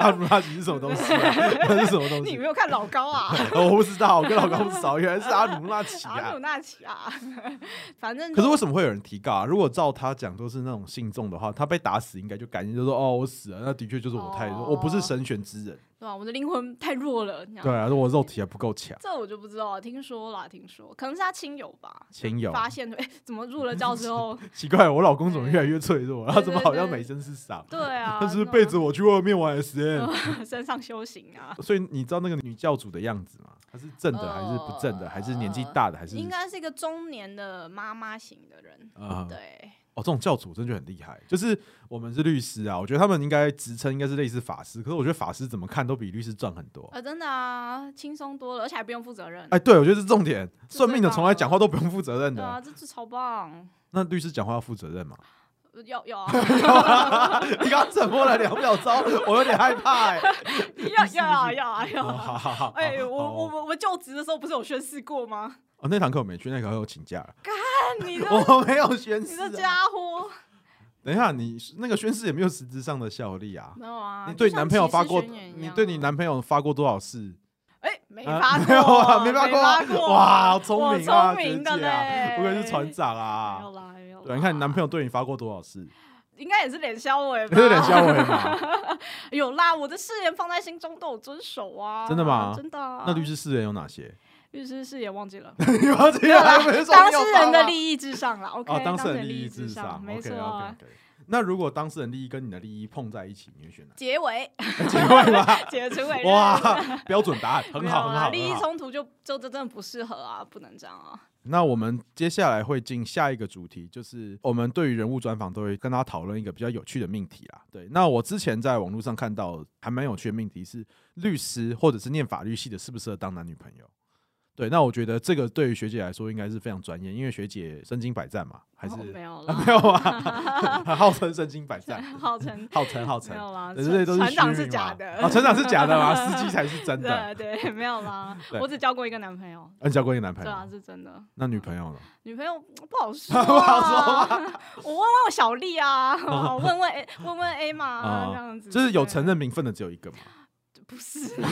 A: 阿努纳奇是什么东西、啊？
B: [LAUGHS]
A: 那是什么东
B: 你
A: 西？哦
B: 没有看老高啊？
A: 我不知道，我跟老高不熟，原来是阿努纳奇
B: [LAUGHS] 阿
A: 啊
B: 努。纳奇啊， [LAUGHS] 反正
A: 可是
B: 就
A: 为什么会有人提告啊？如果照他讲都是那种信众的话，他被打死应该就感应就说哦，我死了，那的确就是我太弱，
B: 哦
A: 我不是神选之人。
B: 对啊吧？我的灵魂太弱了，你知道吗
A: 对啊，我肉体还不够强，
B: 这我就不知道，听说啦，听说可能是他亲友吧，
A: 亲友。
B: 发现哎，怎么入了教之后，
A: 奇怪，我老公怎么越来越脆弱？他怎么
B: 对对
A: 好像
B: 对
A: 每身是 [LAUGHS] 伤？
B: 对啊，
A: 他是不是
B: 那
A: 背着我去外面玩 SM。
B: [LAUGHS] 身上修行啊，
A: 所以你知道那个女教主的样子吗？她是正的还是不
B: 呃
A: 正的？还是年纪大的还是？
B: 应该是一个中年的妈妈型的人，
A: 啊，
B: 对，
A: 哦，这种教主真的就很厉害。就是我们是律师啊，我觉得他们应该职称应该是类似法师，可是我觉得法师怎么看都比律师赚很多。
B: 啊，真的啊，轻松多了，而且还不用负责任。
A: 哎，对，我觉得是重点。
B: 这
A: 算命的
B: 最棒
A: 从来讲话都不用负责任
B: 对啊，
A: 的，
B: 这次超棒，
A: 那律师讲话要负责任嘛？ [LAUGHS]
B: 呃要要啊
A: 你刚刚沉默了两秒钟，我有点害怕哎。
B: 要要啊要啊要
A: 哦
B: 啊！
A: 好好好，
B: 哎，
A: 好
B: 我
A: 好
B: 我我我就职的时候不是有宣誓
A: [LAUGHS]
B: 过吗？
A: 哦，那堂课我没去，那堂课我请假了，
B: 看你这
A: 我没有宣
B: 你
A: 誓
B: 这
A: 哦啊。
B: 家伙，
A: 等一下，你那个宣誓也没有实质上的效力
B: [LAUGHS]
A: 啊。
B: 没有啊？
A: 你
B: 就
A: 对
B: 像
A: 男朋友
B: 骑士
A: 发过，
B: 宣言一
A: 你
B: 样
A: 对你
B: 啊
A: 男朋友发过多少次？
B: 哎没
A: 啊
B: 发
A: 没有啊， [LAUGHS]
B: 没
A: 没发过啊，
B: 发过
A: 哇，好
B: 我
A: 聪明啊，
B: 聪
A: 学
B: 明的
A: 姐啊，
B: 嘞
A: [LAUGHS] 不愧是船长
B: 没有
A: 啊。
B: 啦，没有啦。
A: 对，你看你男朋友对你发过多少
B: [LAUGHS]
A: 次？
B: 应该也是脸削
A: [LAUGHS]
B: 我，
A: 有点像我嘛。
B: 有啦，哎我的誓言放在心中都有遵守啊。
A: 真的吗
B: 真的啊。
A: 那律师誓言有哪些？ [LAUGHS]
B: 律师誓言忘记了，
A: 你把这
B: 没有
A: 个
B: 啦
A: 还没， [LAUGHS] 说
B: 当
A: 你有
B: 事人
A: 发
B: 的
A: 吗
B: 利益至上啦。OK，
A: 哦，当
B: 当
A: 事人
B: 利
A: 利益
B: 至
A: 至
B: 上，没错
A: OK
B: 啊。
A: OK OK。那如果当事人利益跟你的利益碰在一起，你会选哪？
B: 结尾， [LAUGHS]
A: [LAUGHS] 结尾吗？
B: 解除委
A: [LAUGHS]
B: 任。
A: 哇，标准答案，很
B: 啊没有
A: 好，很
B: 啦
A: 好，
B: 利益
A: 很好。
B: 冲突就就这真的不适合啊，不能这样啊。
A: 那我们接下来会进下一个主题，就是我们对于人物专访都会跟大家讨论一个比较有趣的命题啊。对，那我之前在网络上看到还蛮有趣的命题是，律师或者是念法律系的适不适合当男女朋友？对，那我觉得这个对于学姐来说应该是非常专业，因为学姐身经百战嘛，还是、
B: 哦没有
A: [LAUGHS] 没有啊，号称身经百战，
B: [LAUGHS] 啦，号称
A: 号称号
B: [LAUGHS] 没
A: 称，
B: 有啦，
A: 对这些都是
B: 船
A: 虚
B: 长
A: 名
B: 是假
A: 嘛
B: 的
A: 啊，。船长是假的吗？司机才是真的。
B: [LAUGHS] 对对，没有啦
A: [LAUGHS] 对，
B: 我只交过一个男朋友，
A: 啊你交过一个男朋
B: 对
A: 友？
B: 啊，是真的。
A: 那女朋友呢？
B: 女朋友不好
A: [LAUGHS]
B: 说、啊，不好说、 [LAUGHS] 我问问我小丽啊，我问问 A，问问 A 嘛，
A: 啊
B: 这样子。
A: 就是有
B: 对
A: 承认名分的只有一个嘛？
B: 不是啦？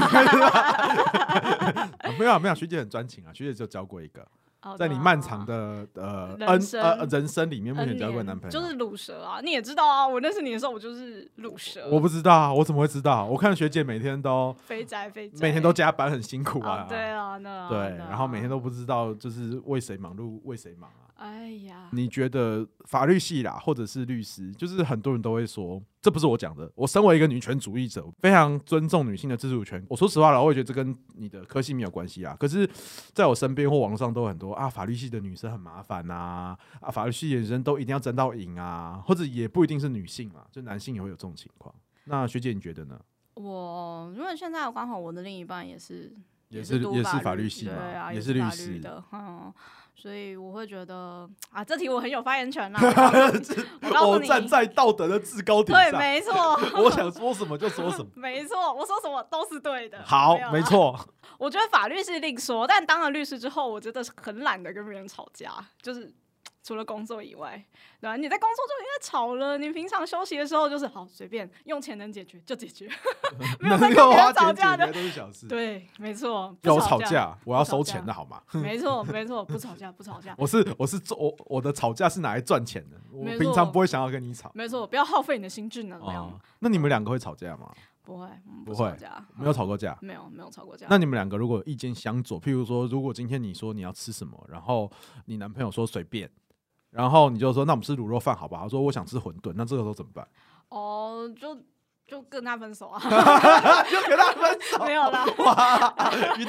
A: 啊没有啊没有啊，学姐很专情啊，学姐就交过一个，
B: 好
A: 在你
B: 的啊
A: 漫长的呃
B: 人
A: 恩
B: 生
A: 呃人生里面，目前
B: N
A: 交过
B: 年
A: 男朋友。
B: 就是卤蛇啊，你也知道啊，我认识你的时候我就是卤蛇，
A: 我不知道啊，我怎么会知道？我看学姐每天
B: [LAUGHS]
A: 都
B: 肥宅肥宅，
A: 每天都加班，很辛苦啊。
B: 啊对啊，那啊
A: 对
B: 那啊
A: 然后每天都不知道就是为谁忙碌为谁忙啊。
B: 哎呀，
A: 你觉得法律系啦，或者是律师，就是很多人都会说，这不是我讲的。我身为一个女权主义者，非常尊重女性的自主权。我说实话啦，我也觉得这跟你的科系没有关系啦。可是，在我身边或网络上都有很多啊，法律系的女生很麻烦啊，啊，法律系的女生都一定要争到赢啊，或者也不一定是女性啦，就男性也会有这种情况。那学姐你觉得呢？
B: 我因为现在刚好我的另一半也是
A: 也
B: 是
A: 是
B: 读
A: 也是法
B: 律
A: 律系
B: 对
A: 嘛，
B: 啊，
A: 也
B: 是
A: 律
B: 法
A: 师。
B: 的，嗯，所以我会觉得啊，这题我很有发言权
A: [LAUGHS]
B: 啦，我告诉你我告诉
A: 我
B: 你，
A: 站在道德的制高点
B: 对，
A: 上，
B: 没错， [LAUGHS]
A: 我想说什么就说什么。
B: 没错，我说什么都是对的。
A: 好
B: 有，啦
A: 没。错。
B: 我觉得法律是另说，但当了律师之后，我真的是很懒得跟别人吵架，就是嘖除了工作以外，对啊吧？你在工作就应该吵了，你平常休息的时候就是好随便用钱能解决就解决， [LAUGHS] 没有在跟
A: 要
B: 别
A: 花
B: 人吵
A: 钱
B: 架
A: 解决
B: 的。
A: 都是小事。
B: 对，没错，不
A: 要我
B: 吵
A: 吵，架，我要收钱
B: 不
A: 的好吗？
B: 没错，没错，不吵架，不吵架，
A: 我是我是做我我的吵架是拿来赚钱的，我
B: 没错
A: 平常不会想要跟你吵。
B: 没错，不要耗费你的心智能量，
A: 哦，那你们两个会吵架吗？
B: 不会，我们
A: 不
B: 吵
A: 会
B: 架，
A: 没有吵过架。
B: 没有，没有吵过架。
A: 那你们两个如果意见相左，譬如说，如果今天你说你要吃什么，然后你男朋友说随便，然后你就说那我们吃卤肉饭好不好？他说我想吃馄饨，那这个时候怎么办？
B: 哦，就就跟他分手啊，
A: [LAUGHS] 就跟他分手
B: [LAUGHS] 没有啦。
A: 哇！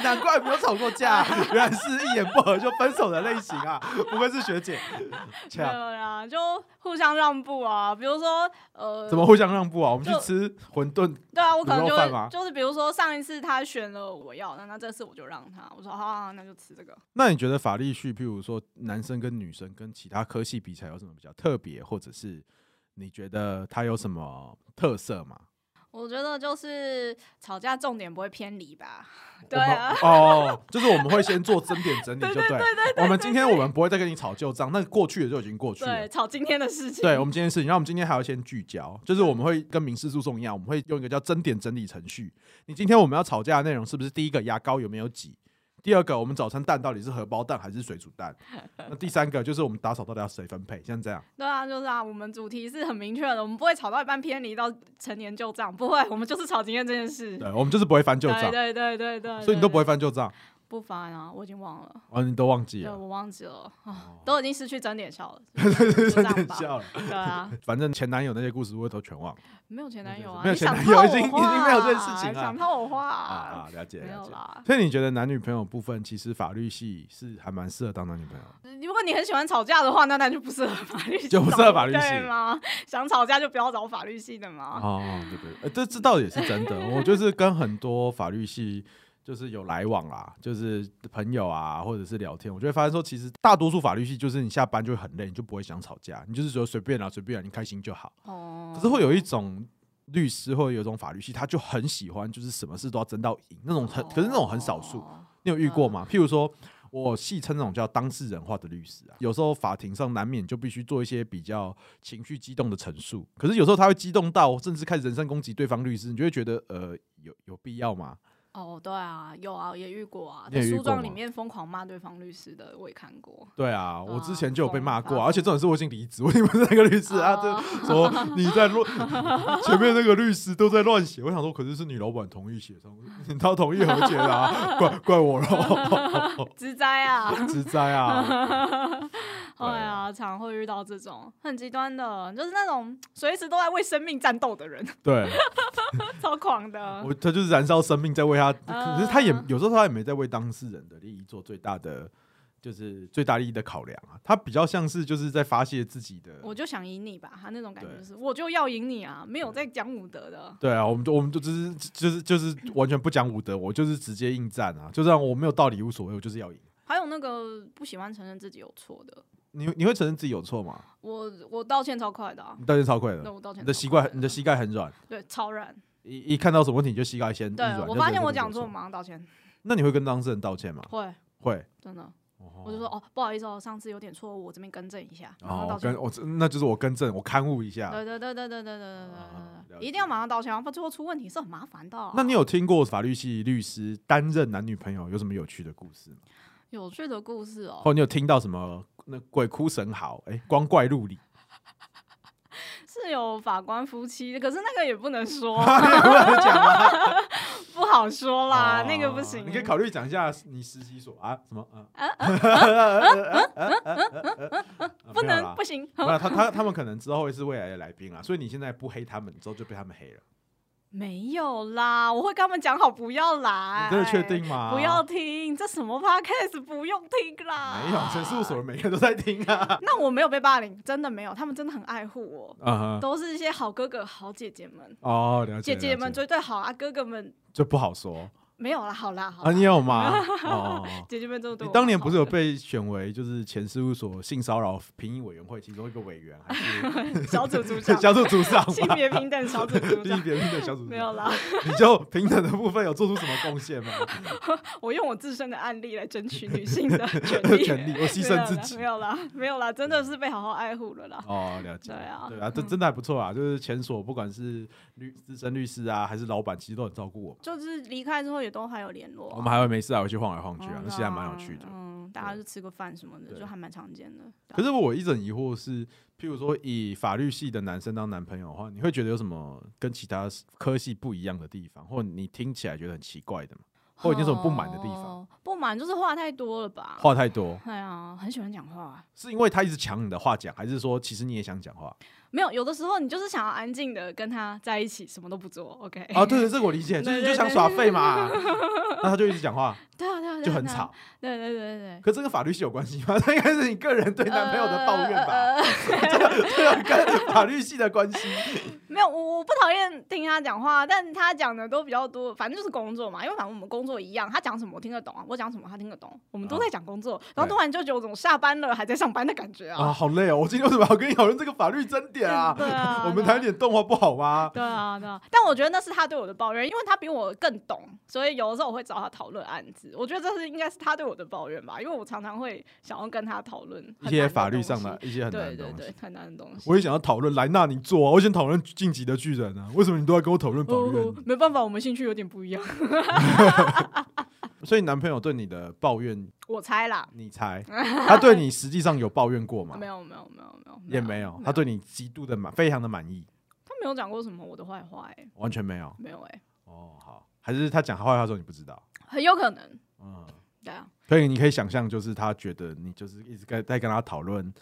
A: 难怪没有吵过架，啊原来是一言不合就分手的类型啊！不愧是学
B: [LAUGHS]
A: 姐，啊这
B: 没有
A: 样
B: 啦，就互相让步啊。比如说，呃，
A: 怎么互相让步啊？我们去
B: 就
A: 吃馄饨
B: 对啊，我可能
A: 卤
B: 就
A: 肉饭吗
B: 会就是比如说上一次他选了我要的，那这次我就让他，我说好好好，那就吃这个。
A: 那你觉得法律系，譬如说男生跟女生跟其他科系比起来，有什么比较特别，或者是你觉得它有什么特色吗？
B: 我觉得就是吵架重点不会偏
A: [LAUGHS]
B: 离吧，对啊，
A: 我们哦，就是我们会先做争点整理， [LAUGHS] 就对。我们今天我们不会再跟你吵旧账，那过去的就已经过去了
B: 对，。吵今天的事情，
A: 啊对，我们今天事情，然后我们今天还要先聚焦，就是我们会跟民事诉讼一样，我们会用一个叫争点整理程序。你今天我们要吵架的内容是不是第一个牙膏有没有挤？第二个，我们早餐蛋到底是荷包蛋还是水煮蛋？那第三个就是我们打扫到底要谁分配？像这样。
B: 对啊，就是啊，我们主题是很明确的，我们不会吵到一半偏离到成年旧账，不会，我们就是吵今天这件事。
A: 对，我们就是不会翻旧账
B: 对，对对对对，
A: 所以你都
B: 对
A: 不会翻旧账。
B: 不翻啊，我已经忘了，
A: 哦，你都忘记
B: 对，
A: 了，
B: 我忘记了啊
A: 哦，
B: [LAUGHS] 都已经失去整
A: [LAUGHS]
B: 点笑了，
A: 真
B: 就这样
A: 的
B: 吧
A: 笑了。
B: 对啊，
A: 反正前男友那些故事我也都全忘了
B: 没有前男友啊，
A: 没有
B: 你
A: 前
B: 想
A: 男
B: 套
A: 友
B: 我
A: 已经已经没有这件事
B: 话
A: 情了
B: 想套我话
A: 啊
B: 啊
A: 啊，，了解
B: 没
A: 了
B: 有
A: 解。
B: 啦。
A: 所以你觉得男女朋友部分，其实法律系是还蛮适合当男女朋友的？
B: 如果你很喜欢吵架的话，那那就不适合法律系，
A: 就不适合法律系
B: 对吗？想吵架就不要找法律系的嘛。
A: 哦，对对，呃这这倒也是真的。我就是跟很多法律系就是有来往啦，就是朋友啊，或者是聊天，我就会发现说，其实大多数法律系就是你下班就会很累，你就不会想吵架，你就是说随便啦、随便啦、你开心就好。
B: 哦，
A: 可是会有一种律师或者有一种法律系，他就很喜欢，就是什么事都要争到赢那种很，可是那种很少数。
B: 哦
A: 你有遇过吗？譬如说，我戏称那种叫当事人化的律师啊，有时候法庭上难免就必须做一些比较情绪激动的陈述，可是有时候他会激动到甚至开始人身攻击对方律师，你就会觉得呃，有有必要吗？
B: 哦，对啊，有啊，也遇过啊，
A: 你
B: 在
A: 也遇
B: 书
A: 过
B: 状里
A: 吗
B: 面疯狂骂对方律师的，我也看过。
A: 对啊，我之前就有被骂过、
B: 哦
A: 啊，而且这种事我已经离职， [LAUGHS] 我已经不是那个律师啊，
B: 哦
A: 这说你在乱， [LAUGHS] 前面那个律师都在乱写，我想说，可是是你老板同意写上，他同意和解的、啊， [LAUGHS] 怪怪我咯， [LAUGHS]
B: 之灾啊！
A: 之灾啊，对
B: 哎
A: 啊
B: 呀，常会遇到这种很极端的，就是那种随时都在为生命战斗的人， [LAUGHS]
A: 对。
B: 超狂的。
A: 我他就是燃烧生命在为他，
B: 嗯
A: 可是他也有时候他也没在为当事人的利益做最大的就是最大利益的考量啊，他比较像是就是在发泄自己的。
B: 我就想赢你吧，他那种感觉
A: 对嗯
B: 就是，我就要赢你啊，没有在讲武德的。
A: 对啊，我们就我们就就是就是就是完全不讲武德，我就是直接应战啊，就算我没有道理无所谓，我就是要赢。
B: 还有那个不喜欢承认自己有错的，
A: 你你会承认自己有错吗？
B: 我我道歉超快的、啊，
A: 你道歉超快
B: 那
A: 了，
B: 我道歉
A: 嗯你的
B: 超
A: 膝
B: 快
A: 盖
B: 的
A: 你的膝盖很软，
B: 对超软，
A: 一一看到什么问题你就膝盖先一
B: 对
A: 软。就
B: 我发
A: 觉
B: 现
A: 得
B: 我
A: 自己有
B: 讲错，我马上道歉，
A: 那你会跟当事人道歉吗？
B: 会
A: 会，
B: 真的，
A: 我
B: 我就说哦不好意思哦，上次有点错误，我这边更正一下，然后
A: 哦
B: 道，歉
A: 跟。我那就是我更正，我刊物一下。
B: 对对对对对对对
A: 啊
B: 对
A: 了
B: 对
A: 解
B: 对，一定要马上道歉啊，不然最后出问题是很麻烦的啊。
A: 那你有听过法律系律师担任男女朋友有什么有趣的故事吗？
B: 有趣的故事哦，
A: 或你有听到什么那鬼哭神嚎？哎、光怪陆离， [LAUGHS]
B: 是有法官夫妻，可是那个也不能说，
A: [LAUGHS]
B: 不好说啦，那个不行。
A: 哦你可以考虑讲一下你实习所啊什么啊？
B: 不能不行，
A: 那他他他们可能之后会是未来的来宾啊，所以你现在不黑他们，之后就被他们黑了。
B: 没有啦，我会跟他们讲好不要来。
A: 你真的确定？吗？
B: 不要，听这什么 podcast，不用听啦。
A: 没有，陈事务所。每个人都在听啊。
B: 那我没有被霸凌，真的没有，他们真的很爱护我，
A: 啊
B: 都是一些好哥哥、好姐姐们，
A: 哦，了解。
B: 姐姐
A: 了
B: 们
A: 解
B: 绝对好啊，哥哥们
A: 就不好说
B: 没有啦，好啦，好啦
A: 啊，你有吗？哦。
B: 姐姐们都对
A: 你
B: 我
A: 当年不是有
B: 蛮好
A: 被选为就是前事务所性骚扰评议委员会其中一个委员，还是
B: 的小组组长，
A: 小组组长
B: 性
A: 吗？ [LAUGHS]
B: 别平等小组
A: 性
B: 组
A: [LAUGHS]
B: 长。
A: 别平等小组组长
B: 没有，啦，
A: [LAUGHS] 你就平等的部分有做出什么贡献吗？
B: 我用我自身的案例来争取女
A: [LAUGHS]
B: 性的权利，
A: 权利，我牺牲自己
B: 没。有啦，没有啦，没有啦，真的是被好好爱护了啦。
A: [LAUGHS] 哦，了解，
B: 对啊
A: 对啊，这真的还不错啊。就是前所，不管是律资深律师啊，还是老板，其实都很照顾我们。
B: 就是离开之后也都还有联络啊、
A: 我们还会没事还会去晃来晃去啊，
B: 嗯
A: 那其实还蛮有趣的。
B: 嗯，大家就吃个饭什么的，
A: 对
B: 就还蛮常见的。对啊
A: 可是我一直很疑惑是，譬如说以法律系的男生当男朋友的话，你会觉得有什么跟其他科系不一样的地方，或你听起来觉得很奇怪的吗？或者你有什么不满的地方？
B: 哦不满就是话太多了吧？
A: 话太多，
B: 哎呀，很喜欢讲话。
A: 是因为他一直抢你的话讲，还是说其实你也想讲
B: [LAUGHS]
A: 话
B: 没有，有的时候你就是想要安静的跟他在一起，什么都不做。OK，
A: 啊？对对，这个我理解，就是你就想耍废
B: [LAUGHS]
A: 嘛，那他就一直讲话，
B: 对啊，对啊，对啊
A: 就很。
B: 对啊
A: 吵。
B: 对对对对
A: 可这跟法律系有关系吗？这应该是你个人对
B: 对，
A: 男朋友的抱怨吧？
B: 呃呃呃
A: 这个跟法律系的关系。
B: 没有，我我不讨厌听他讲话，但他讲的都比较多，反正就是工作嘛，因为反正我们工作一样，他讲什么我听得懂啊，我讲什么他听得懂，我
A: 啊
B: 们都在讲工作，然后突然就有种下班了还在上班的感觉
A: 啊，
B: 啊。
A: 好累哦！我今天为什么要跟你讨论这个法律争点啊？
B: 对啊
A: 我们谈一点动画不好吗？
B: 对啊，对啊，但我觉得那是他对我的抱怨，因为他比我更懂，所以有的时候我会找他讨论案子。我觉得这是应该是他对我的抱怨吧，因为我常常会想要跟他讨论
A: 一
B: 很
A: 些
B: 难
A: 法律
B: 东
A: 上
B: 西
A: 的一些很难的
B: 对对
A: 东西。
B: 对很难的东西。
A: 我也想要讨论莱纳，你做啊！我想讨论《晋级的巨人》啊！为什么你都在跟我讨论抱怨？
B: 哦，没办法，我们兴趣有点不一样。
A: 所以男朋友对你的抱怨，
B: 我猜啦，
A: 你猜他对你实际上有抱怨过吗？
B: 没有没有没有没有，
A: 也没有。他对你极度的满，非常的满意，
B: 他没有讲过什么我的坏话、欸，
A: 完全没有。
B: 没有哎、
A: 哦，好，还是他讲坏话的时候你不知道？
B: 很有可能，
A: 嗯，
B: 对啊，
A: 所以你可以想象，就是他觉得你就是一直在在跟他讨论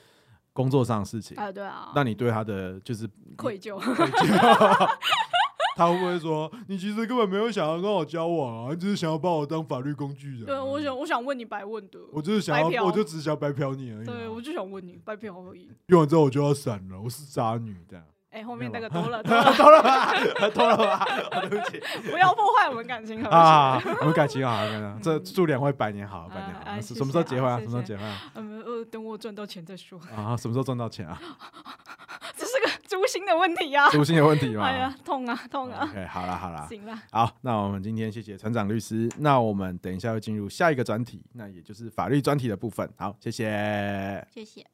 A: 工作上的事情，
B: 啊对啊，
A: 那你对他的
B: [LAUGHS]
A: 就是
B: 愧疚，
A: 愧疚 [LAUGHS] 他会不会说你其实根本没有想要跟我交往啊，你只是想要把我当法律工具人？
B: 对我想我想问你白问的，
A: 我就是想
B: 白
A: 要，
B: 嫖
A: 我就只想白嫖你而已啊。
B: 对我就想问你白嫖而已。
A: 用完之后我就要闪了，我是渣女这
B: [LAUGHS]
A: 样。 [LAUGHS]
B: 哎，后
A: 没有啊
B: 面那
A: 吧
B: 个多了多了，
A: 偷了吧，偷了吧，对
B: [LAUGHS]
A: 不起
B: 不要破坏我们感情和谐。
A: 啊，我们感情好，感情好这祝两位百年好，百年
B: 嗯啊
A: 好。
B: 啊
A: 什
B: 谢
A: 什么时候
B: 谢
A: 结婚啊？
B: 啊
A: 什
B: 谢
A: 么时候
B: 谢
A: 结婚啊？
B: 嗯呃，等我赚到钱再说，
A: 啊，什么时候赚到
B: [LAUGHS]
A: 钱啊？
B: 这是个诛心的问题呀。
A: 主心有问题吗？
B: 哎呀，痛啊痛啊！
A: OK，好啦好
B: [LAUGHS]
A: 啦，
B: 行啦，
A: 好，那我们今天谢谢船长律师，那我们等一下要进入下一个专题，那也就是法律专题的部分。好，谢谢。
B: 谢谢。